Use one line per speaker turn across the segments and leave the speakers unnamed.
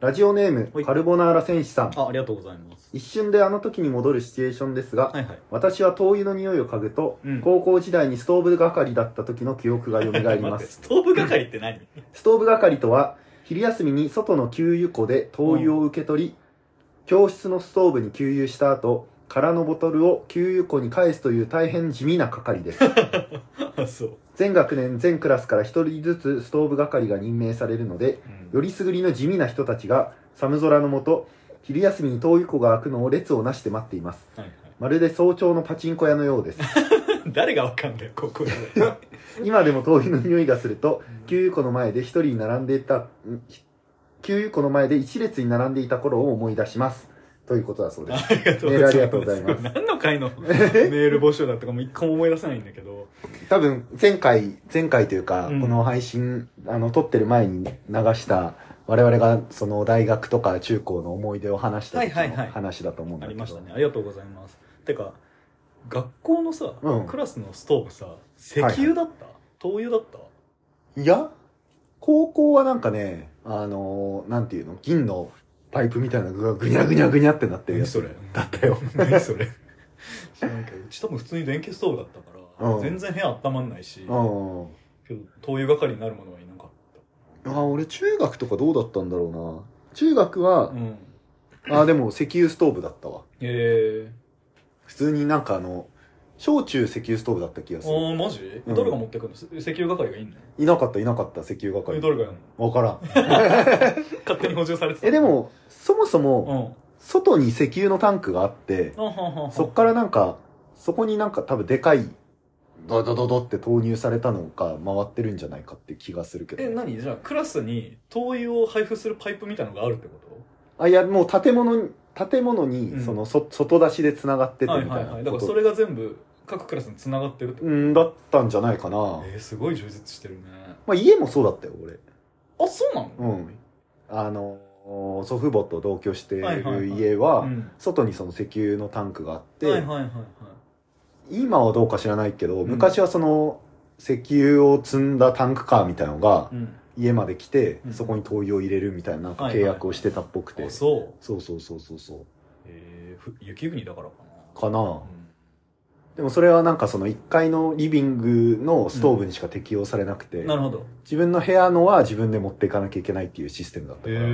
ラジオネーム、
はい
カルボナーラ戦士さん。
あありがとうございます
一瞬であの時に戻るシチュエーションですが、
はいはい
私は灯油の匂いを嗅ぐと、
うん
高校時代にストーブ係だった時の記憶が蘇りま
待って
す。
ストーブ係って何
ストーブ係とは、昼休みに外の給油庫で灯油を受け取り、教室のストーブに給油した後、空のボトルを給油庫に返すという大変地味な係 です。
あそう、
全学年全クラスから一人ずつストーブ係が任命されるので、
うん
よりすぐりの地味な人たちが寒空の下、昼休みに灯油庫が開くのを列をなして待っています。
はいはい
まるで早朝のパチンコ屋のようです。
誰がわかんだよここで
今でも灯油の匂いがすると、給油庫の前で一人に並んでいた、ん給油庫の前で一列に並んでいた頃を思い出します。ということだそうです。
ありがとうござ
メー
います
ルありがとうございます
ご何の回のメール募集だったかも一個も思い出さないんだけど
多分、前回、前回というか、
うん
この配信、あの、撮ってる前に流した、我々がその大学とか中高の思い出を話した時
はいはいは
の
い
話だと思うんだ
あ
け
り
ど。
ましたねありがとうございますてか学校のさ、
うん
クラスのストーブさ石油だった、灯油だった
いや、高校はなんかね、あのーなんていうの、銀のパイプみたいなのがぐにゃぐにゃぐにゃってなってるや
何
つ
それ
だったよ。
何それ知らんけどうち多分普通に電気ストーブだったから、
うん
全然部屋温まんないし、
うん。
けど灯油係になるものはいなかっ
あ俺中学とかどうだったんだろうな中学
た
は
う、ん
あでも石油ストーブだったわ
ええ
普通になんかあの小中石油ストーブだった気がする
ああマジ、
うん
誰が持ってくんのせ石油係がいいんの
いなかったいなかった石油
え
係
誰がやんの
わからん
勝手に補充されてた
えでもそもそも
うん
外に石油のタンクがあって
あははは
そっからなんかそこになんか多分でかいドドドドって投入されたのが回ってるんじゃないかって気がするけ
え
ど
何じゃあクラスに灯油を配布するパイプみたいのがあるってこと
あいやもう建物に建物
うん
にそのそ、外出しでつながっててみたいな
だか
こ
らそ
と
れが全部各クラスに繋がってるってこ
うんだったんじゃないかな、
とえー、すごい充実してるね
まあ、家もそうだったよ俺
あそうなの
うんあのー祖父母と同居してい
はいはいは
る
い
家は,、
うん
外にその石油のタンクがあって、
はいはいはいはい
今はどうか知らないけど
ん
昔はその石油を積んだタンクカーみたいのが
うん
家まで来て、
うん
そこに灯油を入れるみたいななんか
はいはい
契約をしてたっぽくて、
あそう
そうそうそうそうそ
えー、ふ雪国だからか
うかな、
なうん
でもそれはなんかその1階のリビングのストーブにしか適用されなくて、
なるほど
自分の部屋のは自分で持っていかなきゃいけないっていうシステムだった
へ
から、
え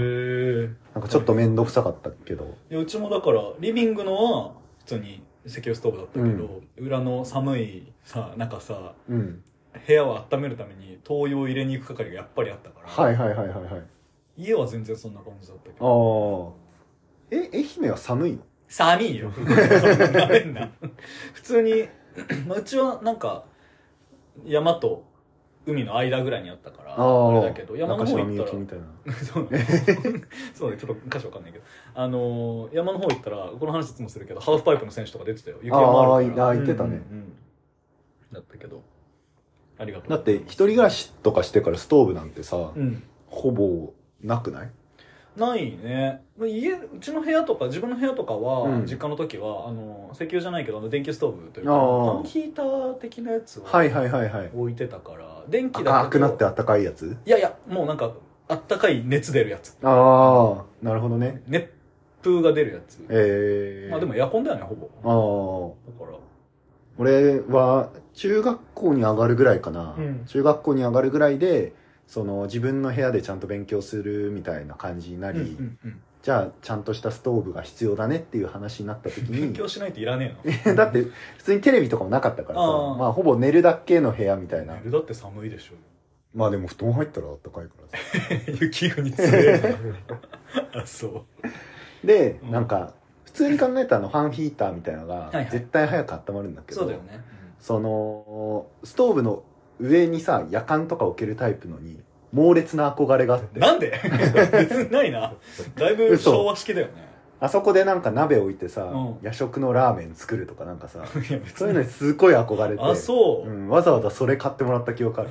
なんかちょっと面倒くさかったけど、
うちもだからリビングのは普通に石油ストーブだったけど、裏の寒いさ中さ
うん。
部屋を温めるために灯油を入れに行く係がやっぱりあったから、
はいはいはいはいはい。
家は全然そんな感じだったけ
あ
ど
あ。え、愛媛は寒いの
寒いよ なめんな普 通にまあうちはなんか山と海の間ぐらいにあったからあれだけど山の方行っ
中島
た
みゆきみ
ら
たいな。
そうなのそうねちょっと箇所わかんないけどあのー山の方行ったらこの話いつもするけどハーフパイプの選手とか出てたよ雪山あるから
あーいあー言ってたね
うんうんうんだったけどありがとう
だって、一人暮らしとかしてからストーブなんてさ、
うん
ほぼなくない
ないねまあ家うちの部屋とか自分の部屋とかは、
うん
実家の時はあの石油じゃないけどあの電気ストーブというか
あ
フ
ー
ァンヒーター的なやつを
はいはいはいはい。
置いてたから、電気だけど
赤くなって暖かいやつ
いやいやもうなんかあったかい熱出るやつ
ああ、なるほどね。
熱風が出るやつ、
ええー。
まあでもエアコンだよねほぼだ
も。ああ。
から
俺は、中学校に上がるぐらいかな。
うん
中学校に上がるぐらいで、その自分の部屋でちゃんと勉強するみたいな感じになり、
うんうんうん
じゃあちゃんとしたストーブが必要だねっていう話になった時
勉
に
強しないといらね え
だって普通にテレビとかもなかったからさ
ああ
まあほぼ寝るだけの部屋みたい な
の寝るだって寒いでしょ
まあでも布団入ったらあったかいからさ
雪国つれあ そ
で、
うん
なんか普通に考えたらあのファンヒーターみたいなの
は
が
いはい
絶対早く温まるんだ
う
けど
そうだよね、
そのストーブの上にさ夜間とか置けるタイプのに猛烈な憧れがあって
なんで 別にないなだいぶ
嘘
昭和式だよね
あそこでなんか鍋置いてさ、
うん
夜食のラーメン作るとかなんかさ
いや別
そういう
に
のにすごい憧れて
あそう、
うん、わざわざそれ買ってもらった記憶ある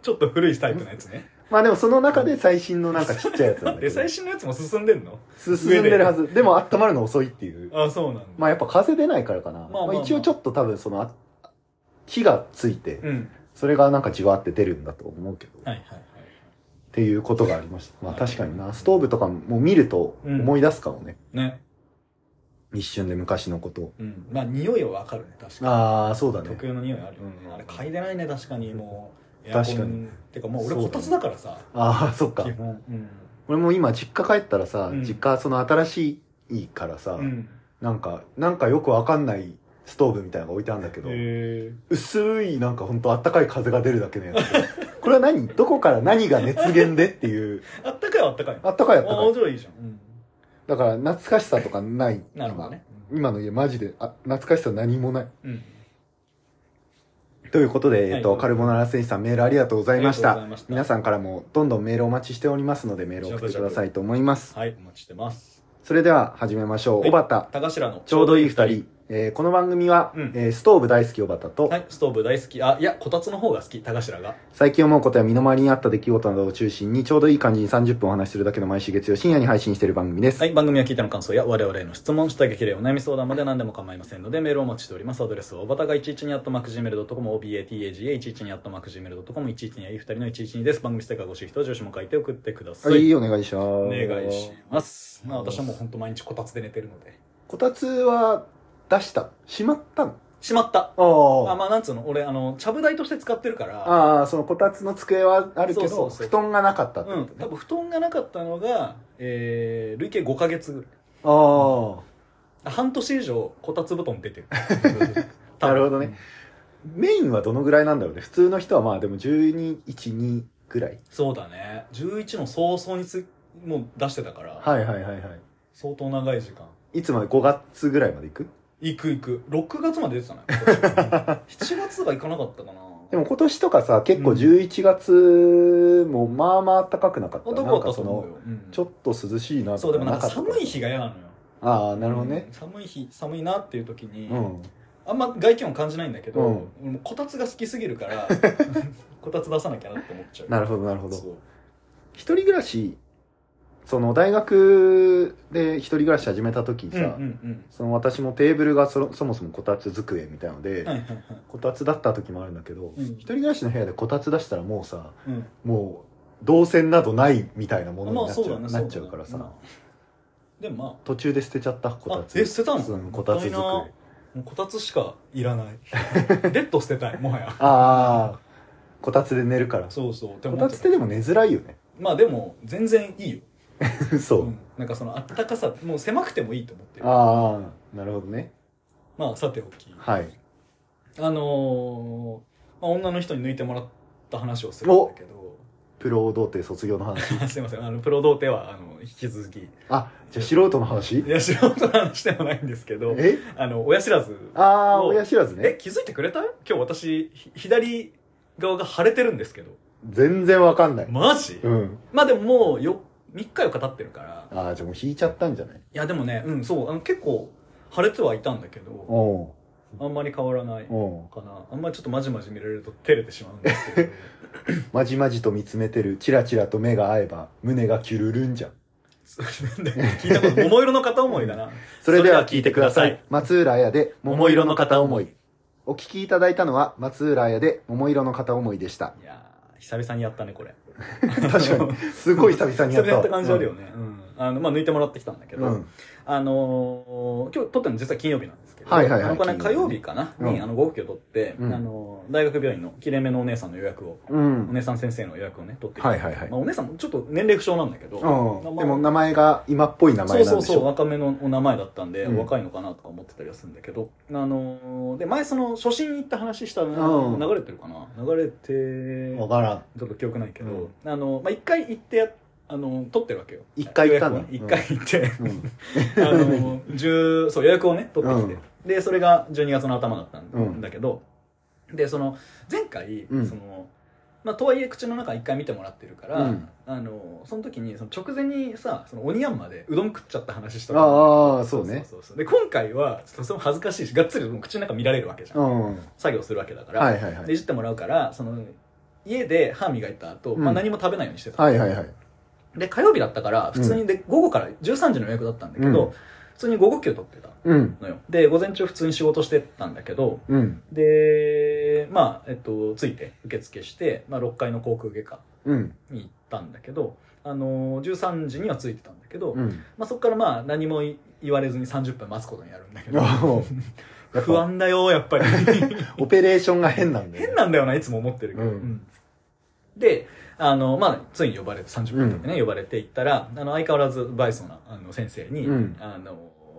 ちょっと古いタイプのやつね
まあでもその中で最新のなんかちっちゃいやつな
なんん
だ
で
けど
最。新のやつも進んでんの
す進んでるはず。でも温まるの遅いっていう。
あそうなんだ、
まあやっぱ風出ないからかな。ま
まあま
あ
あまあ
一応ちょっと多分その、あ火がついて、
うん
それがなんかじわって出るんだと思うけど。
は
っ
いはいはい
っていうことがありました。まあ確かにな、ストーブとかも見ると思い出すかもね。
ね。
一瞬で昔のことを。
うん。まあ、匂いはわかるね、確か
ああ、そうだ
に。
ね
特。有の匂いあるよね。
うん
あれ、嗅いでないね、確かに、もう。
確かに
に。てか、もう
そ
俺、
うだね
こたつだからさ、
ああ、そっか
基。本。うん。
俺も今実家帰ったらさ、
うん
実家その新しいからさ、
うん。
なんか、なんかよくわかんないストーブみたいなのが置いてあるんだけど、
へ
薄いなんかほんとあったかい風が出るだけのやつで。 これは何どこから何が熱源でって いう。
ーあったかいはあったかいの。
あったかいあ
あ
ったか
も
い。
ちろんいいじゃん。うん。
だから懐かしさとかない。
なるほどね。
今。今の家マジで、あ、懐かしさ何もない。
うん。
ということで、
い
えっと、カルボナーラ戦士さんメールありがとうございました。
ありがとうございました
皆さんからもどんどんメールお待ちしておりますので、メール送ってくださいと思います。
はい、お待ちしてます。
それでは始めましょう。
はい
小畑、
田頭の
ちょうどいい二人。えーこの番組は、
うん
えーストーブ大好き小畑と、
はい、ストーブ大好き。あ、いや、こたつの方が好き、田頭が。
最近思うことや身の回りにあった出来事などを中心にちょうどいい感じに30分お話しするだけの毎週月曜深夜に配信している番組です。
はい、番組を聞いての感想や我々への質問、下劇でお悩み相談まで何でも構いませんので、メールをお待ちしております。アドレスは、おばたが112アットマーク Gmail.com、obataga112 アットマーク Gmail.com、112やい2人の112です。番組ステッカーご主人と住所も書いて送ってください。
はい、お願いします。
お願いします。まあ私はもう本当毎日こたつで寝てるので。
こたつは出したしまったの
しまった。
あ
あ、まあなんつうの、俺、あの、ちゃぶ台として使ってるから、
ああ、そのこたつの机はあるけど、
そうそうそう
布団がなかったって
うん、多分布団がなかったのが、えー、累計5ヶ月ぐらい。
あ
半年以上こたつ布団 出てる
なるほどねメインはどのぐらいなんだろうね。普通の人はまあでも12、1、2ぐらい。
そうだね11の早々につもう出してたから、
はいはいはいはい。
相当長い時間
いつまで5月ぐらいまで行く
行く行く6月まで出てたね 今年7月が行かなかったかな
でも今年とかさ、結構
うん
11月もまあまあ暖かくなかった。
男
な
だ
ん
っ
か
た
そ
と思う
の、
よ、うん
ちょっと涼しいな
そう
と
で
か
も
な
なん
か
か
った
寒い日が嫌なのよ
ああ、なるほどね
うん。寒い日寒いなっていう時に、
うん。
あんま外気温感じないんだけど、
うん
俺もうこたつが好きすぎるから こたつ出さなきゃなって思っちゃう
なるほどなるほど。
そう
一人暮らし、その大学で一人暮らし始めた時さ、
うんうん
その私もテーブルがそろそもそもこたつ机みたいので、
うんはいはいはい
こたつだった時もあるんだけど、
うん
一人暮らしの部屋でこたつ出したらもうさ
うん
もう動線などないみたいなものに
まあ
なっち
そう
ゃ
だ
う,、
ね
なっちゃうからさ、
まあでもまあ
途中で捨てちゃったこたつ
あえ捨てたの
うんこたつ机
もったいもうこたつしかいらない ベッド捨てたいもはや
ああこたつで寝るから
そうそうで
こ
も
たつってでも寝づらいよね
まあでも全然いいよ、
そう、
うんなんかそのあったかさもう狭くてもいいと思ってる
ああなるほどね
まあさておき
はい
あのーまあ、女の人に抜いてもらった話をするんだけど
プロ童貞卒業の話
すいませんあのプロ童貞はあの引き続きい
あじゃあ素人の話
や素人の話ではないんですけど
え
あの親知らず
ああ
もう
親知らず
え
ね
気づいてくれた今日私ひ左側が腫れてるんですけど
全然わかんない、
マジ、
うん
まあでももうよ3日4日経ってるから
ああじゃあもう引いちゃったんじゃない
いやでもねうんそうあの結構腫れてはいたんだけ
おお
どあんまり変わらない
おお
かなあんまりちょっとまじまじ見られると照れてしまうんです けど
まじまじと見つめてるチラチラと目が合えば胸がキュルルンじゃん
そうなんだ聞いたこと桃色の片思いだな
それでは聞いてください松浦綾で「桃色の片思い」お聞きいただいたのは松浦綾で「桃色の片思い」でした
いやー久々にやったねこれ
確かにすごい久々に
久
やった
々にやった感じあるよね、うんあのまあ、抜いてもらってきたんだけど、
うん
あのー今日撮ったの実は金曜日なんですけど、
はいはいはい
あのこれね
金
火
曜
曜
日
日かな、
うん
にあの合気を取って、
うん
あのー大学病院の切れ目のお姉さんの予約を、
うん
お姉さん先生の予約をね取ってきた
はいはいはい
まあ、お姉さんもちょっと年齢不詳なんだけど、
うん
ま
で
あ
も名前が今っぽい名
そ
前
う
なん
そ
で
う
し
そう
ょ
若めのお名前だったんで、
うん
若いのかなとか思ってたりはするんだけど、あのーで前その初心に行った話したの、
うん
流れてるかな流れて
わからん
ちょっと記憶ないけど、
うん
あのまあ、一回行ってやあの取ってるわけよ
一回行ったの
予約をね一回行って、
うん
あの10そう予約をね取ってきて、
うん
でそれが12月の頭だった
うん
んだけど、でその前回、
うん
そのまあ、とはいえ口の中一回見てもらってるから、
うん
あのその時にその直前にさそのオニヤンまでうどん食っちゃった話したの
ああそうね
そうそうそうで今回はちょっとそれも恥ずかしいしがっつりもう口の中見られるわけじゃん、
うんは
作業するわけだか
い
ら、
はいは
でい
い
じってもらうからその家で歯磨いた後、
うん
まあ何も食べないようにしてた、
はいはいはい
で火曜日だったから普通にで、午後から13時の予約だったんだけど、
うん
普通に午後休取ってた
うん
のよで午前中普通に仕事してたんだけど
うん
でまあえっとついて受付して、まあ、6階の航空外科
うん
に行ったんだけど、あのー13時には着いてたんだけど、
うん
まあ、そこからまあ何もい言われずに30分待つことになるんだけど
おう やっぱ
不安だよやっぱり
オペレーションが変なんだよね
変なんだよないつも思ってるけど、
うん
うんであの、まあ、ついに呼ばれて30分経ってね、呼ばれて行ったらあの相変わらずバイソなあの先生に、
うん
あの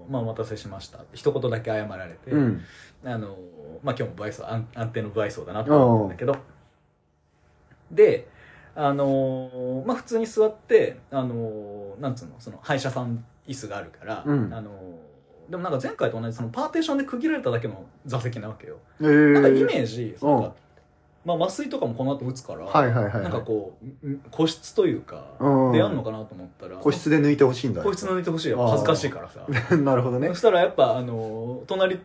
まあ、お待たせしましたって一言だけ謝られて、
うん
あの、まあ、今日も倍増、安安定の倍増だなと思ったんだけど、で、あの、まあ、普通に座って、あの、なんつうの、その、歯医者さん椅子があるから、
うん
あの、でもなんか前回と同じそのパーテーションで区切られただけの座席なわけよ。
えー
なんかイメージ、
うん
なんか、まあ、麻酔とかもこの後打つから、
はいはいはいはい
なんかこう、ん個室というか、
うん
でやるのかなと思ったら、
個室で抜いてほしいんだ
個室抜いてほしいよ。恥ずかしいからさ。
の なるほどね
そしたらやっぱあの隣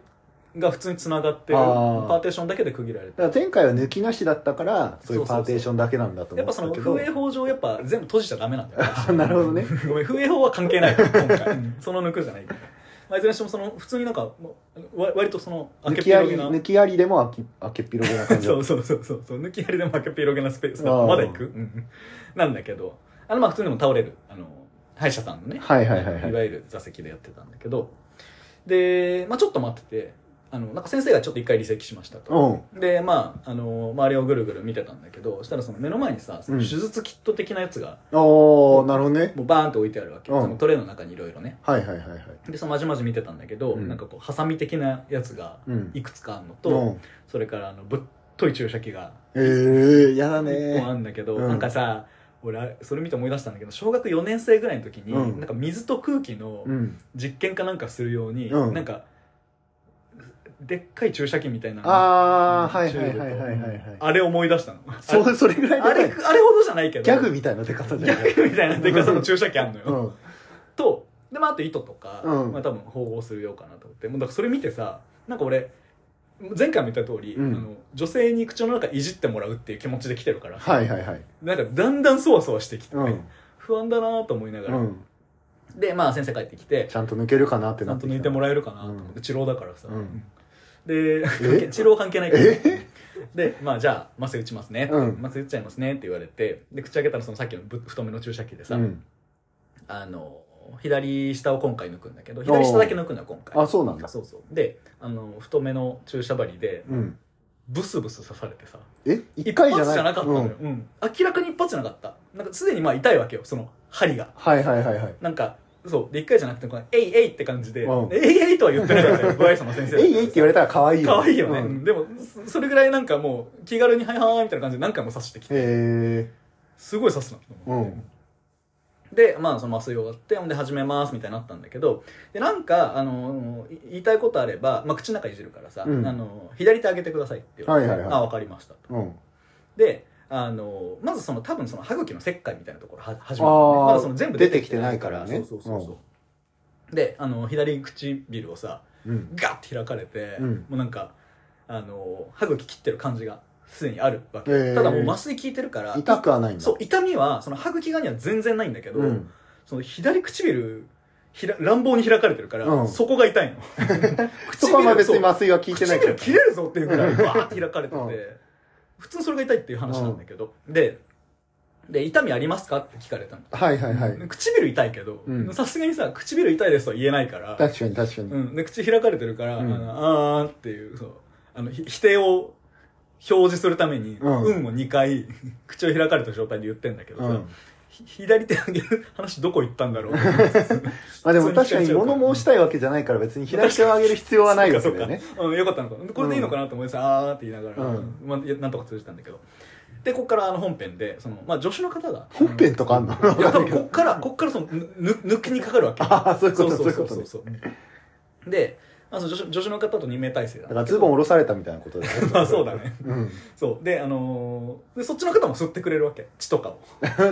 が普通に繋がってる
あ
パ
ー
ーテーションだけで区切られて
だから前回は抜きなしだったからそういうパーテーションだけなんだと
や
思
っ
っ
ぱ
てた
その
けど
風営法上やっぱ全部閉じちゃダメなんだよ
あ なるほどね
ごめん風営法は関係ないから今回その抜くじゃないから、まあ、いずれにしてもその普通になんかもうわ割とその
抜
っ
きあり
げな
抜きありでもあき開けっぴろげな感じだ
そ
っ
うそうそうそうそう抜きありでも開けっぴろげなスペースだ
あー
まだ行く、うんなんだけどあのまあ普通にも倒れるあの歯医者さんのね
たはいはいはい
あのい
はい
わゆる座席でやってたんだけどで、まあ、ちょっと待っててあのなんか先生がちょっと一回離席しましたと、
うん
でまあ、あの周りをぐるぐる見てたんだけどそしたらその目の前にさその
うん
手術キット的なやつが
おーなるほどね
もうバーンと置いてあるわけ、
うん
そのトレーの中にいろいろね
はいはいはいはい
でそのまじまじ見てたんだけど、
うん
なんかこうハサミ的なやつが
うん
いくつかあるのと、
うん
それからあのぶっとい注射器が
えーやだ
1本
ね
あるんだけど、
うん
なんかさ俺それ見て思い出したんだけど小学4年生ぐらいの時に、
うん
なんか水と空気の
うん
実験かなんかするように、
うん
なんかでっかい注射器みたいなの
あー
う
は
ん
いはいはいはいはいはい
あれ思い出したの
そうそれぐらい
あれ
でか
あ
い
れあれほどじゃないけど
ギャグみたいなでかさ
ギ
じゃない
ャグみたいなでかさの注射器あんのよ、
うん
とでまああと糸とか、
うん
まあ、多分縫合するようかなと思ってもうだからそれ見てさなんか俺前回も言った通り、
うん
あの女性に口の中いじってもらうっていう気持ちで来てるから、
はいはいはい
なんかだんだんそわそわしてきて、
うん
不安だなと思いなが
う
ら、
ん
でまあ先生帰ってきて
ちゃんと抜けるかなって
ちゃ
なんって
と
きた
抜いてもらえるかなと思って、
う
治療だからさ、
うん
で
え
治療関係ないけど
え
でまあじゃあ麻酔打ちますねって、
うん
麻酔打っちゃいますねって言われてで口開けたらそのさっきのぶ太めの注射器でさ、
うん
あの左下を今回抜くんだけど左下だけ抜くのよ今回
あそうなんだ
そうそうであの太めの注射針で
うん
ブスブス刺されてさ
え一回じゃ
発じゃ
な
ないかったのよ、うん明らかに一発じゃなかったなんかすでにまあ痛いわけよその針が
はいはいはいはい
なんかそうで一回じゃなくてこの「えいえい」って感じで
う
「
ん
えいえい」とは言ってなかったよ不愛想 の先生だ
えいえいって言われたら可愛いよ
可愛いよね、
うん
でもそそれぐらいなんかもう気軽に「はいはい」みたいな感じで何回も刺してきて
へ
すごい刺すなと
えう
思って、
ん
でまあその麻酔終わってほんで始めますみたいになったんだけどでなんかあのい言いたいことあれば、まあ、口の中いじるからさ、
うん
あの左手上げてくださいって言われて、
はいはいはい
あ分かりましたと
うん
であのまずその多分その歯茎の切開みたいなところは始まるのね、
あー
まだその全部出てきてないから
出てきてないからね
そうそうそうそうであの左唇をさ
うん
ガッて開かれて、
うん
もうなんかあの歯茎切ってる感じがすでにあるわけ、
へー
ただもう麻酔効いてるから
痛くはないんだ
そう痛みはその歯茎側には全然ないんだけど、
うん
その左唇ひら乱暴に開かれてるから、
うん
そこが痛いの
そこはまあ別に麻酔は効いてないから
唇切れるぞっていうぐらいバーって開かれてて、
うん
普通それが痛いっていう話なんだけど、でで痛みありますかって聞かれたの、
はいはいはい
唇痛いけど
うん
さすがにさ唇痛いですとは言えないから、
確かに確かに
うん、で口開かれてるから、
うん
あのあーっていうそうあのひ否定を表示するために「う
うん
ん」を2回 口を開かれた状態で言ってんだけど
う
さ、
ん
ひ左手上げる話どこ行ったんだろう
まあでも確かに物申したいわけじゃないから別に左手を上げる必要はないわけだよね
そうかそうかうん、よかったのかこれでいいのかなと思ってさ、あーって言いながら、
うん
まあ、いやなんとか通じたんだけどでこっからあの本編でその、まあ、助手の方が
本編とかあんの
いや多分こっからこっからそのぬぬ抜きにかかるわけ
ああそういうこと
そうそ
そ
うそうう
い
そううそうで、まあ、その助手助手の方と2名体制だ
だからズボン下ろされたみたいなことだよね
まあそうだね
うん
そうであのーでそっちの方も吸ってくれるわけ血とかを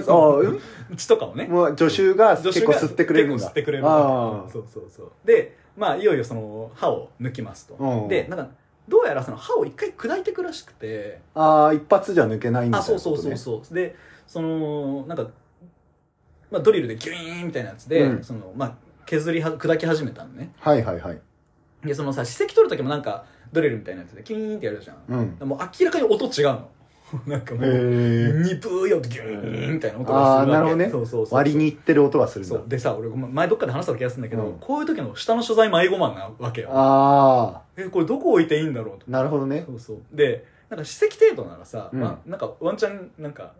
そううん
血とかをね
もう助手が
助
結
手
構
が
吸ってくれるん
結
だ
構吸ってくれる
ああ
そうそうそうでまあいよいよその歯を抜きますと、
うん
でなんかどうやらその歯を一回砕いてくらしくて
ああ一発じゃ抜けないんだ
あそうそうそうそうでそのなんか、まあ、ドリルでギュイーンみたいなやつで、
うん
そのまあ削りは砕き始めたのね
はいはいはい
でそのさ歯石取る時もなんかドリルみたいなやつでキュイーンってやるじゃん、
うん
もう明らかに音違うの なんかもう、
え
ニプーよギューンみたいな音
あ
が
あ
する
な
わ
る
け
ほどね
そうそうそう
割にいってる音がするんだ
そうでさ俺ごめん前どっかで話した気がするんだけど、
うん
こういう時の下の所在迷子マンなわけよ
あ
えこれどこ置いていいんだろうと
あなるほどね
そうそうでなんか史跡程度ならさ、
うん
まあ、なんかワンチャンなんか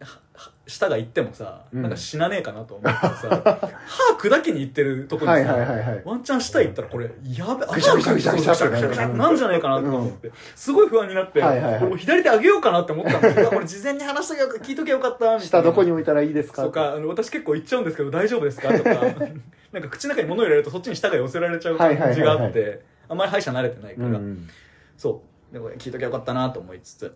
はは下が行ってもさ、
うん
なんか死なねえかなと思ってさ歯砕けに行ってるとこにさ、
はいはいはいはい
ワンチャン下行ったらこれやべ
ぐしゃぐしゃぐしゃぐしゃ
そうぐしゃぐしゃぐしゃなんじゃねえかなと思って、すごい不安になって、
はいはいはい
俺も左手あげようかなって思ったんだけどこれ事前に話しとけよか聞いとけよかったみたいな
下どこに置いたらいいですか
そうかあの私結構言っちゃうんですけど大丈夫ですか とかなんか口の中に物を入れるとそっちに舌が寄せられちゃう感じがあって、
は
あんまり歯医者慣れてないか
う
ら、
んうん
そうでこれ聞いときゃよかったなと思いつつ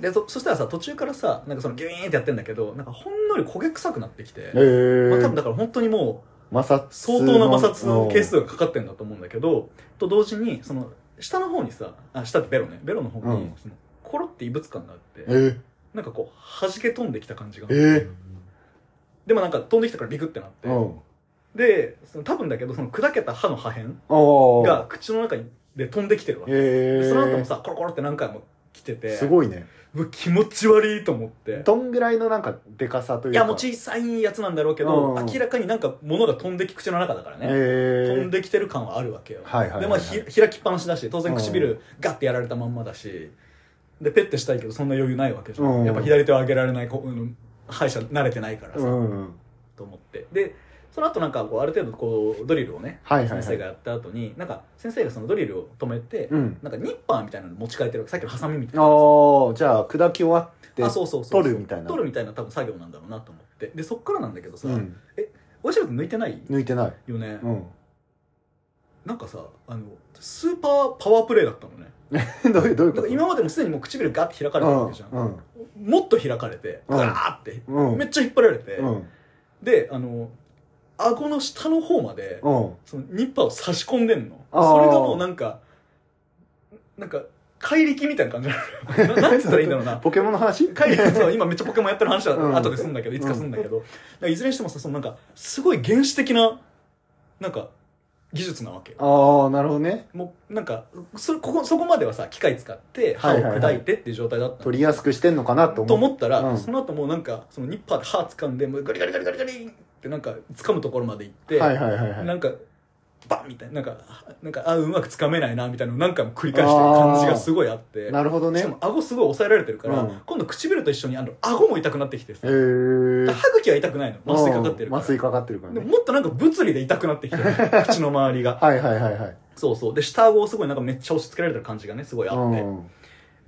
でそそしたらさ途中からさなんかそのギュイーンってやってんだけどなんかほんのり焦げ臭くなってきて
え、ー
まあ、多分だから本当にもう
摩擦
相当な摩擦の係数がかかってんだと思うんだけどと同時にその下の方にさあ下ってベロねベロの方
う
に
ん
そのコロって異物感があって、
えー
なんかこう弾け飛んできた感じが、
えー
でもなんか飛んできたからビクってなって、
うん
でその多分だけどその砕けた歯の破片
おー
が口の中にで飛んできてるわけ、
え
で
ー
その後もさコロコロって何回も来てて
すごいね
うわ気持ち悪いと思って
どんぐらいのなんかでかさという
い
か
やもう小さいやつなんだろうけ
う
ど、
ん
明らかになんか物が飛んでき口の中だからね、飛ん
えー
できてる感はあるわけよ、
はいはいはいはい
でまあひ開きっぱなしだし当然唇ガッてやられたまんまだしでペッてしたいけどそんな余裕ないわけじゃん、
うん
やっぱ左手を上げられないこうん歯医者慣れてないからさ、
うん
と思ってでその後なんかこうある程度こうドリルをね
はいはい
先
は
生が
い
やった後に、なんか先生がそのドリルを止めて、
うん
なんかニッパーみたいなの持ち替えてるわけさっきのハサミみたいな
ああじゃあ砕き終わって
あそうそうそうそう
取るみたいな
取るみたいな多分作業なんだろうなと思ってでそっからなんだけどさ、
うん
おしろく抜いてない
抜いてない
よね、
う
なんかさあのスーパーパワープレイだったのね
ん どういうどういうこと
だから今までもすでにもう唇ガッて開かれてるわけじゃん、
うん
もっと開かれて
うん
ガーって、
うんうん
めっちゃ引っ張られて、
うん
であの顎の下の方まで、
うん
そのニッパーを差し込んでんの
あー
それがもうなんかなんか怪力みたいな感じなのななんつったらいいんだろうな
ポケモンの話
怪力そう今めっちゃポケモンやってる話
うん
は後ですんだけど、いつかすんだけど、だからいずれにしてもさそのなんかすごい原始的ななんか技術なわけよ
ああなるほどね
もうなんかそれここそこまではさ機械使って歯を
はいはいはい
砕いてっていう状態だったの
取りやすくしてんのかなと
と
思う
思ったら、
うん
その後もうなんかそのニッパーで歯掴んでもうガリガリガリガリガリってなんか掴むところまで行って、
はいはいはいはい
なんかバンみたいななんかなんかあうまくつかめないなみたいなのを何回も繰り返してる感じがすごいあって
なるほど
し
ね
かも顎すごい抑えられてるから、
うん
今度唇と一緒にあの顎も痛くなってきてさ、
へー
歯茎は痛くないの麻酔かかってるから
麻酔かかってるから
でも
ね
もっとなんか物理で痛くなってきてる口の周 りが
はいはいはいはい
そうそうで下顎をすごいなんかめっちゃ押し付けられてる感じがねすごいあ
う
って、
ん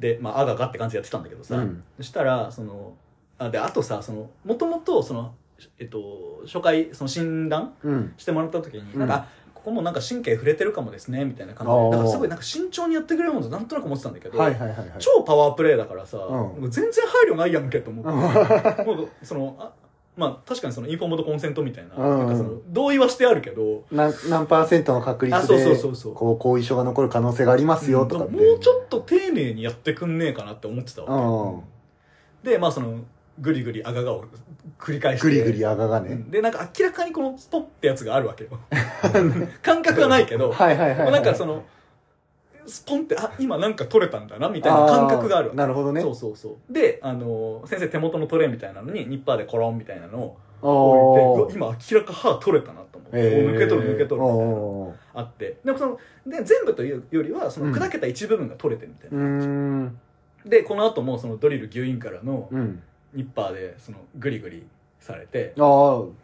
でまああががって感じでやってたんだけどさ、
うん
そしたらそのあであとさそのもともとそのえっと初回その診断
うん
してもらった時に、
うん
なんかあここもなんか神経触れてるかもですねみたいな感じ
あ
で
ー
だからすごいなんか慎重にやってくれるもんだなんとなく思ってたんだけど、
はいはいはいはい
超パワープレイだからさ、
ん
もう全然配慮ないやんけと思って、もうそのあまあ確かにそのインフォームドコンセントみたいな,、
うんうん
なんかその同意はしてあるけど
何何パーセントの確
あ
率
そうそう
で
そうそう
こう後遺症が残る可能性がありますよとかっ
う
て
んでももうちょっと丁寧にやってくんねえかなって思ってたわ、
うん
でまあそのぐりぐりあががを繰り返して
グリグリあがが
う
ね
んでなんか明らかにこのスポッってやつがある わけよ感覚はないけど
はいはいはいはい
なんかそのスポンってあ今なんか取れたんだなみたいな感覚があるわ
ー
け
なるほどね
そうそうそうで、あのー先生手元のトレーみたいなのにニッパーでコロンみたいなのを
お
置いてうわ今明らか歯取れたなと思って、もう抜け取る抜け取るみたいなの
おー
あってでもそので全部というよりはその砕けた一部分が取れてるみたいうな、
ーん
でこの後もそのドリルギュインからの
うん
ニッパーでそのグリグリされて
ああ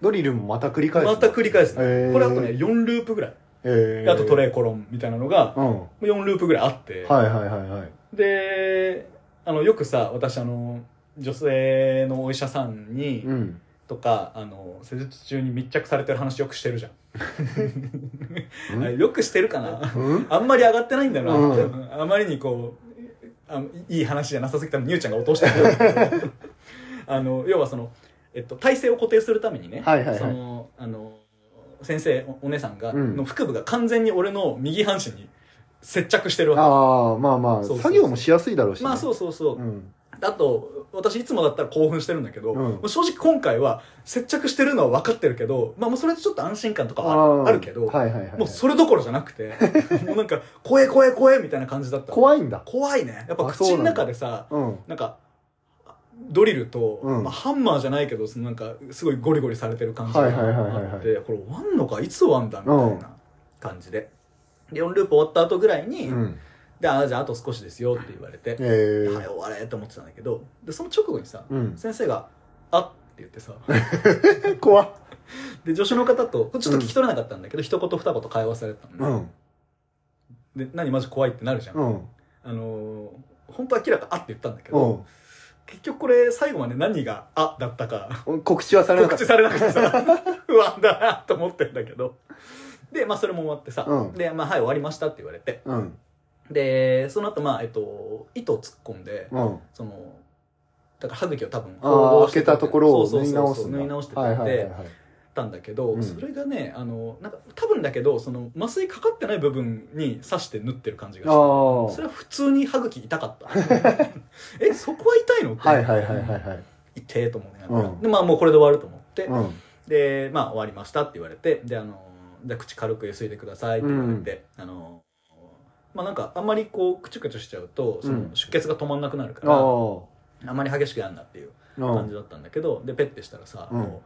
ドリルもまた繰り返す
また繰り返すの、
へー
これあとね4ループぐらい
え
であとトレーコロンみたいなのが
うんは
4ループぐらいあって、
いはいはいはい
であのよくさ私あの女性のお医者さんに、
うん
とかあの施術中に密着されてる話よくしてるじゃんあれよくしてるかな
うん
あんまり上がってないんだよな、
う
あまりにこうあいい話じゃなさすぎたのにゆうちゃんが落としてるん だけどあの要はその、えっと、体勢を固定するためにね、
はいはいはい
そのあの先生おお姉さんが、
うん
の腹部が完全に俺の右半身に接着してるわ
ああまあまあ
そうそうそう
作業もしやすいだろうし
け
ね
まあそうそうそう、
うん
だあと私いつもだったら興奮してるんだけど、
うん
もう正直今回は接着してるのは分かってるけど、まあ、もうそれでちょっと安心感とかは
ー
ああるけど、
はいはいはいはい
もうそれどころじゃなく てもうなんか怖え怖え怖えみたいな感じだった
怖いんだ
怖いねやっぱ
あそう
口
なん
の
だ
中でさ
うん
なんかドリルと、
うん
まあ、ハンマーじゃないけどそのなんかすごいゴリゴリされてる感じが
は
あっ
い
て、
はいはいはいはい
これ終わんのかいつ終わんだみたいな感じで、で4ループ終わった後ぐらいに、
うん
であーじゃああと少しですよって言われて、
え
は
ー
い終われと思ってたんだけどでその直後にさ、
うん
先生が「あっ」って言ってさ
怖っ
で助手の方とこれちょっと聞き取れなかったんだけど、一言二言会話されたの
う
ね、
ん
で何マジ怖いってなるじゃん、
うん
あのー本当は明らか「あ」って言ったんだけ
う
ど、
ん
結局これ最後まで何が「あ」だったか
告知はされなか
告
っ
知
た
されなくてさ 不安だなと思ってんだけどでまあそれも終わってさ「
うん
でまあはい終わりました」って言われて
うん
でその後まあえっと糸を突っ込んで、
うん
そのだから歯茎を多分
ああ開
して
けたところを
そう
縫い
そうそう
直
そ
す
うん
だ
縫い直して
はい
たん
はいはい
で
はい
たんだけど
うん
それがねあのなんか多分だけどその麻酔かかってない部分に刺して縫ってる感じが
あ
して
あ
それは普通に歯茎痛かった えそこは痛いのって
はいはいはいはいはい
痛えと思いながら、
うん
でまあもうこれで終わると思って、
うん
でまあ終わりましたって言われてであのじゃあ口軽くゆすいでくださいって言われて、あのまあなんかあんまりこうくちゅくちゅしちゃうとその
うん
出血が止まんなくなるか
あ
ら、
あ
あまり激しくやんなっていう
う
感じ
ん
だったんだけど、でペッてしたらさ、
うん
もう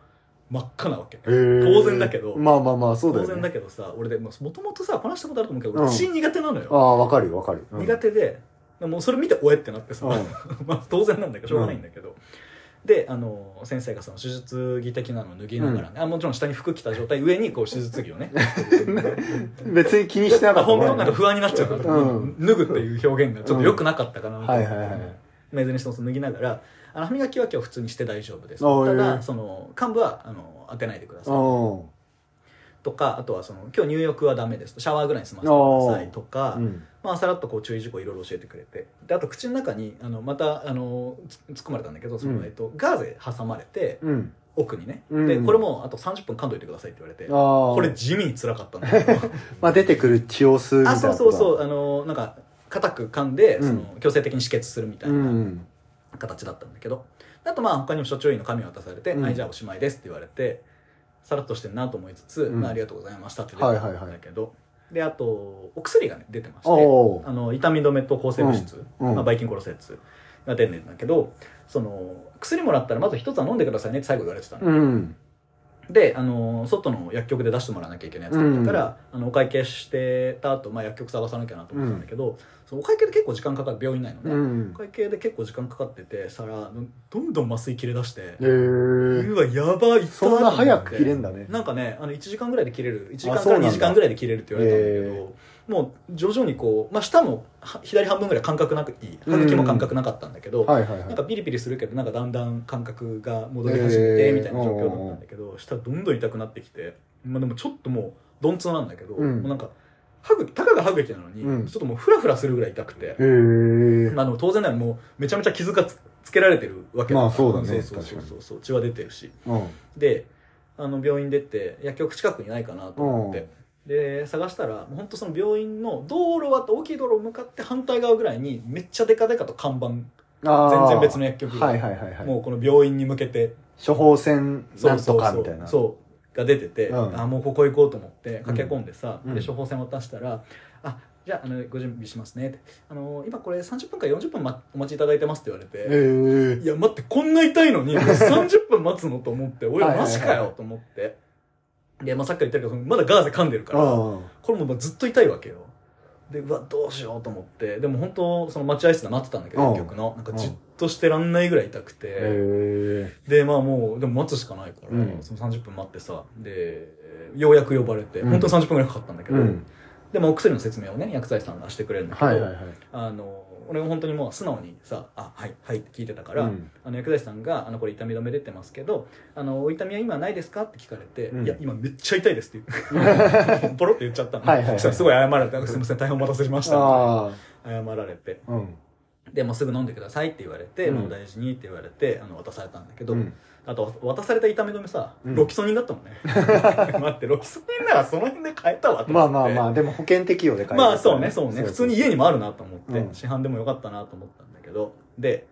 真っ赤なわけ、
えー
当然だけど
まあまあまあそうだ
当
よ
然
ね
だけどさ俺でもともとさこなしたことあると思うけど
う
俺
ん
血苦手なの
あ
よ、
あわかるよわかるうん
苦手ででもうそれ見ておえってなってさ、
うん
まあ当然なんだけどしょうがないんだけど、であの先生がその手術着的なのを脱ぎながらね、あもちろん下に服着た状態上にこう手術着をね
別に気にしてなかった
本
ね
当なんか不安になっちゃうから、
うん
脱ぐっていう表現がちょっと良くなかったかな、
んはいはいはい
まあいずれにしてもその脱ぎながらあの歯磨きは今日普通にして大丈夫です
あ
ただ、
ええ
その患部はあの当てないでください
うん
とかあとはその今日入浴はダメですとシャワーぐらいに済ませてくださいとか、
うん
まあ、さらっとこう注意事項いろいろ教えてくれてであと口の中にあのまたあのつ突っ込まれたんだけどその、
うん
えっと、ガーゼ挟まれて
うん
奥にね、
うん
でこれもあと30分噛んどいてくださいって言われて
あ。あ
これ地味に辛かったんだけど
まあ出てくる血を吸うみたい
あ
な
そうそうそううあのなんか硬く噛んで
うん
その強制的に止血するみたいうなん形だったんだけど、あとまあ他にも所長員の紙を渡されて「
うん
はいじゃあおしまいです」って言われてさらっとしてんなと思いつつ「
うん
まあ、ありがとうございました」って出てた
はいはいは
ん
い
だけど、であとお薬が、ね、出てまして
おー
あの痛み止めと抗生物質、
うんうん
まあ、バイキン殺すやつが出てるんだけどその薬もらったらまず一つは飲んでくださいねって最後言われてたの、
うん
であの外の薬局で出してもらわなきゃいけないやつだったから、あのお会計してた後、まあ薬局探さなきゃなと思ってたんだけど、そのお会計で結構時間かかる病院内のね、
うん
お会計で結構時間かかっててさらどんどん麻酔切れ出して
えー
うわやばい痛い
そんな早く切れんだね
なんかねあの1時間ぐらいで切れる1時間
あ
か
そう
ら
なんだ
2時間ぐらいで切れるって言われたんだけどもう徐々にこう、まあ、舌もは左半分ぐらい感覚なくいい歯茎も感覚なかったんだけど、
はいはいは
なん
い
かピリピリするけどなんかだんだん感覚が戻り始めて
へー
みたいな状況だったんだけど、舌どんどん痛くなってきて、まあ、でもちょっともう鈍痛なんだけど、
うん
もうなんか歯茎たかが歯茎なのに、
うん
ちょっともうフラフラするぐらい痛くて。
えー
まあ、でも当然だよもうめちゃめちゃ傷がつつけられてるわけから
まあそうだね
そうそう
確
そ
か
うそう血は出てるし
うん
であの病院出て薬局近くにないかなと思って、で探したら本当その病院の道路は大きい道路を向かって反対側ぐらいにめっちゃデカデカと看板
あー
全然別の薬局が
はいはいはいはい
もうこの病院に向けて
処方箋なんとかみたいな
そうそうそうが出てて、
うん
あもうここ行こうと思って駆け込んでさ、
うん
で処方箋渡したら「あじゃああのご準備しますね」ってあの「今これ30分から40分まお待ちいただいてます」って言われて、
えー
いや待ってこんな痛い のに30分待つのと思って俺
はいはい
マ
はい
ジかよと思ってで、まあ、さっきから言ったけどまだガーゼ噛んでるから
うん
これもうずっと痛いわけよでうわどうしようと思ってでも本当その待合室で待ってたんだけど
うん
結局のなんかじっとしてらんないぐらい痛くて、
えー
でまあもうでも待つしかないから、
うん
その30分待ってさでようやく呼ばれて、
うん
本当に30分ぐらいかかったんだけ
う
ど、
ん
でもお薬の説明をね薬剤師さんがしてくれるんだけど、
はいはいはい
あの俺も本当にもう素直にさ「あはいはい」って聞いてたから、
うん
あの薬剤師さんが「あのこれ痛み止め出てますけどあのお痛みは今ないですか?」って聞かれて「
うん
いや今めっちゃ痛いです」って 言うポロって言っちゃったの
はいはいはい
そしたらすごい謝られて「すいません大変お待たせしました」
あ
謝られて
あうん
「でもうすぐ飲んでください」って言われて「
うん
もう大事に」って言われてあの渡されたんだけど、
うん
あと渡された痛み止めさ、
うん
ロキソニンだったもんね 待ってロキソニンならその辺で買えたわと思って
まあまあまあでも保険適用で買えるから
まあそうねそうね普通に家にもあるなと思って、
うん
市販でもよかったなと思ったんだけどで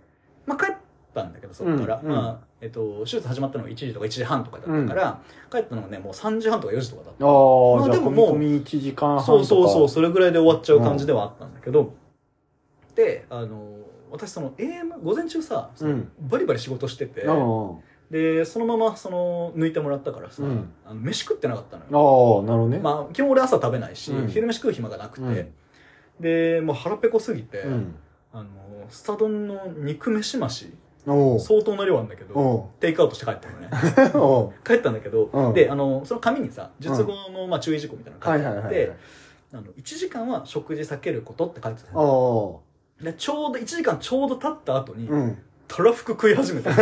まあ、帰ったんだけどそこから、
うんうん
まあえっと、手術始まったのが1時とか1時半とかだったから、帰ったのがねもう3時半とか4時とかだっ
あー、
まあ
じゃあ
でももう
込み込み1時間
た
半とか
そうそうそうそれぐらいで終わっちゃう感じではあったんだけど、であの私その AM 午前中さ、その
うん
バリバリ仕事してて、
うんうん
でそのままその抜いてもらったからさ、
うん
あの飯食ってなかったのよ
ああなるほどね、
まあ、基本俺朝食べないし、
うん
昼飯食う暇がなくて、
うん
でもう腹ペコすぎて、
うん
あのスタ丼の肉飯増し
おう
相当な量あるんだけど
お
テイクアウトして帰ったのね
うお
帰ったんだけど、
うん
であのその紙にさ術後のまあ注意事項みたいなの
うは
書い
い
て
はい
あ
は
っ
い
て、あの1時間は食事避けることって書いてたの
お
でちょうど1時間ちょうど経った後に、
ううん
たらふく食い始めた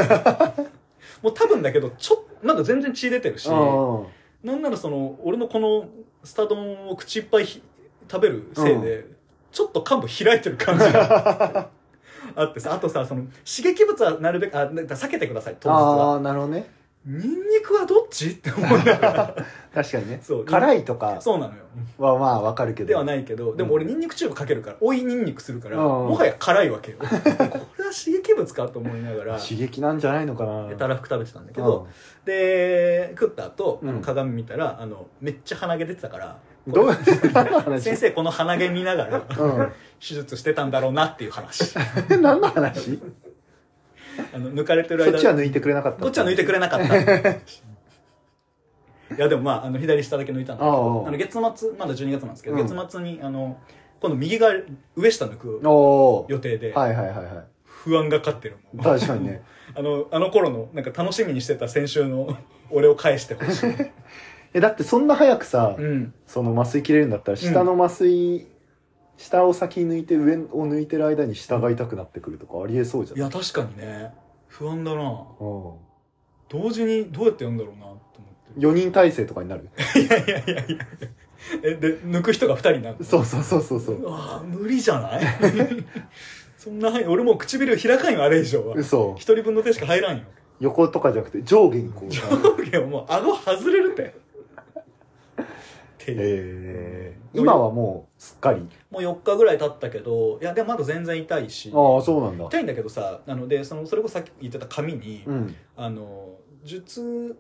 もう多分だけどちょなんか全然血出てるし
お
なんならその、俺のこのスタ丼を口いっぱいひ食べるせいで、ちょっと幹部開いてる感じが あってさ、あとさ、その、刺激物はなるべく、あ、だ避けてください、当日
あ
は。
あなるほどね
ニンニクはどっちって思いながら。
確かにね
そう
辛いと か
そうなのよ。
はまあわかるけど
ではないけど、でも俺
うん
ニンニクチューブかけるから、追いニンニクするから、
うん
もはや辛いわけよ。これは刺激物かと思い ながら、
刺激なんじゃないのかな
でたらふく食べてたんだけど、で、食った後、あの鏡見たら、あの、めっちゃ鼻毛出てたから、
うんどういう話
先生この鼻毛見 ながら
うん
手術してたんだろうなってい う話
え何の話
あの抜かれてる
そっ
間
ちは抜いてくれなかった
こっちは抜いてくれなかっ たいやでもまああの左下だけ抜いたんだけ
あ
ど
あ
あの月末まだ12月なんですけど、
うん
月末にあの今度右が上下抜く
おお
予定で
はいはいはいはい
不安が勝ってるもん
確か にね
あのあの頃のなんか楽しみにしてた先週 の俺を返してほしい、
えだってそんな早くさ、
うん、
その麻酔切れるんだったら下の麻酔、下を先抜いて上を抜いてる間に下が痛くなってくるとかありえそうじゃ
い
ん
や確かにね不安だな
うん
同時にどうやってやるんだろうなと思って
4人体制とかになる
いやいやいやいやえで抜く人が2人になるの
そうそうそうそうそうう
わー無理じゃないそんな範囲俺もう唇開かんよあれ以上は一
嘘
人分の手しか入らんよ
横とかじゃなくて上下にこう
上下はもう顎外れるってっていう
えー、今はもうすっかり
もう4日ぐらい経ったけどいやでもまだ全然痛いし
ああそうなんだ
痛いんだけどさなのでそのそれこそさっき言ってた紙に、
うん
あの術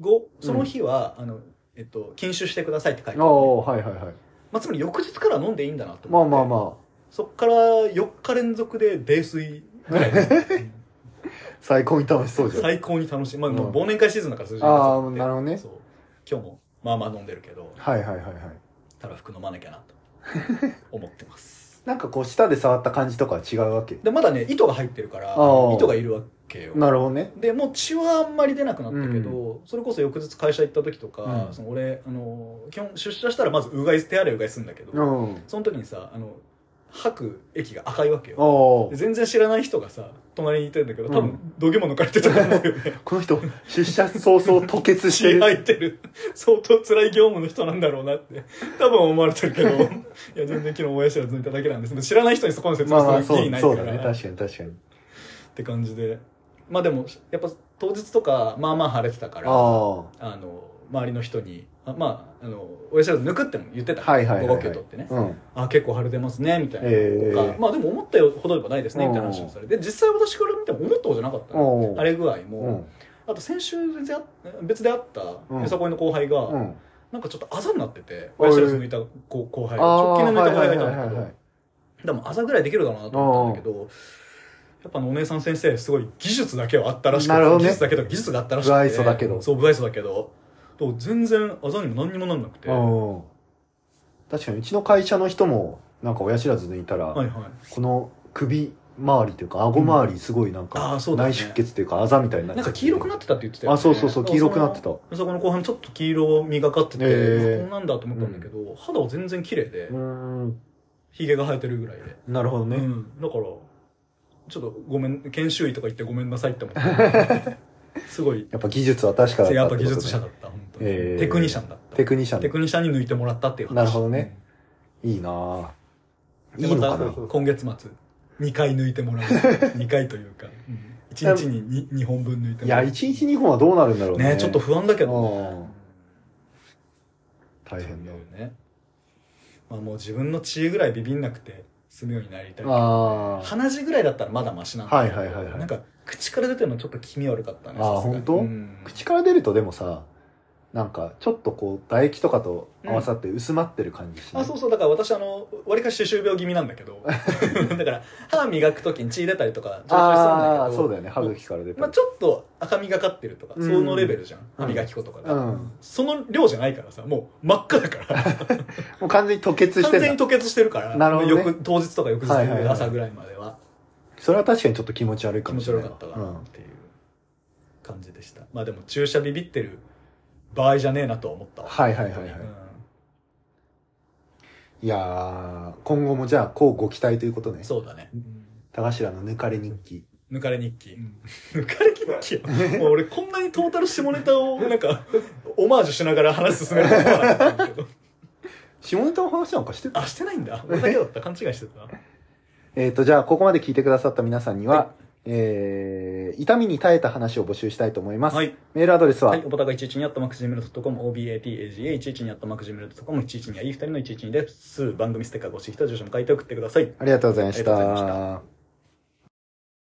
後その日は、あのえっと、禁酒してくださいって書いて
あ
ある
あはいはいはい
まあ、つまり翌日から飲んでいいんだなと
ま
思
あ
って、
まあま
そっから4日連続で泥酔ぐらい
あ最高に楽しそうじゃん
最高に楽しい、まあ、
うん
もう忘年会シーズンだから数
ああなるほどね
そう今日もまあまあ飲んでるけど
はいはいはいはい
たら服飲まなきゃな と思ってます
なんかこう舌で触った感じとかは違うわけ
でまだね糸が入ってるから
あー
糸がいるわけよ
なるほどね
でもう血はあんまり出なくなったけど、それこそ翌日会社行った時とか、
うん
その俺あの基本出社したらまずうがい手洗いうがいするんだけど、
うん
その時にさあの吐く液が赤いわけよ
ああこ
で全然知らない人がさ隣にいてんだけど多
う
分土下も抜かれてたと思うよね
の人出社早々吐血 して
血
る
入ってる相当辛い業務の人なんだろうなって多分思われてるけど いや全然昨日親知らず抜いただけなんです知らない人にそこの説
まあま
明
あ
する
そ
気
う
ない
そう
か
だ
ら、
ね確かに確かに
って感じでまあでもやっぱ当日とかまあまあ晴れてたからあ
あ
の周りの人にあまああの親知らず抜くっても言ってた
はいはいはいはい
ご呼吸取ってね
あうん
あ結構晴れてますねみたいな、
ええ
とかまあでも思ったほどではないですねみたいな話をされてで実際私から見ても思ったことじゃなかったの
おう
あれ具合も、
うん
あと先週別であ別で会った
うん
よさこいの後輩が、
うん
なんかちょっとあざになってて
おい
親知らず抜いた後後輩
ああ
直
は
近
い
の抜いた後
は
輩
い
が
はい
いた
は
んだけ
い
ど
はい
でもあざぐらいできるだろうなと思ったんだけどやっぱあのお姉さん先生すごい技術だけはあったらしくて、
なるほどね
技術だけど技術があったらしくて
不愛想だけど
そう不愛想だけどでも全然あざにも何にもなんなくては
うん確かにうちの会社の人もなんか親知らず抜いたら、
いはい
この首周りというか顎周りすごいなん
うんあ
か
ーそうだね
内出血というかあざみたいになっ
なんか黄色くな
っ
ってたって言ってた
あそうそうそう黄色くなってた
た
う
そこの後半ちょっと黄色みがかってて、
ええ
こんなんだと思ったんだけど、肌は全然綺麗で
ーん
ひげが生えてるぐらいで
なるほどね、
うん、だからちょっとごめん研修医とか言ってごめんなさいって思って すごい
やっぱ技術は確かだった
や
っ
って
こと
ぱ
ね
技術者だった本当に、
えー
テクニシャンだった
テクニシャン
テクニシャンに抜いてもらったっていう話
なるほどねいいなぁ
で
いいのか
ま
な
た今月末2回抜いても らう2回というか、一1日に 2, 本分抜いて
い
もら
や
う
一日二本はどうなるんだろうね
ねちょっと不安だけどね
大変だ
そういうねまあもう自分の知恵ぐらいビビんなくて住むようになりたい
ああ。
鼻血ぐらいだったらまだマシなんだけど、
はいはいはいはい
なんか口から出てるのちょっと気味悪かったね
あー
さすがに
本当
うん
口から出るとでもさ、なんかちょっとこう唾液とかと合わさって薄まってる感じしない
あそうそうだから私あのわりかし歯周病気味なんだ けどだから歯磨く時に血出たりとかちょいちょいするんだ
あ
け
ー
ど
そうだよね歯茎から出て
まあ、ちょっと赤みがかってるとか、
うん
そのレベルじゃん歯磨き粉とかが、
うん
その量じゃないからさもう真っ赤だから
もう完全に吐血し
完
て
全
る
に吐血してるから
なるほどね
翌当日とか翌日
はいはいはい
朝ぐらいまでは
それは確かにちょっと気持ち悪い
気
か
持
も
ち
しれ
悪
ない
かった
う
なんっていう感じでした、まあでも注射ビビってる場合じゃねえなとは思ったわ
はいはいはいはい
うん
いやー今後もじゃあこうご期待ということね
そうだね、
田頭の抜かれ日記
抜かれ日記、抜かれ日 記よもう俺こんなにトータル下ネタをなんかオマージュしながら話進めることはなかったんだけど
下ネタの話なんかしてた
あしてないんだ俺だけだった勘違いしてた
えっ、と、じゃあ、ここまで聞いてくださった皆さんには、えー痛みに耐えた話を募集したいと思います。
はい
メールアドレスは、
はい、おばたが112やったマクジメルドットコム、OBATAGA112 やったマクジメルドットコム、112やいい2人の112です。番組ステッカーご指摘と住所も書いて送ってください。
ありがとうございまし。
ありがとうございました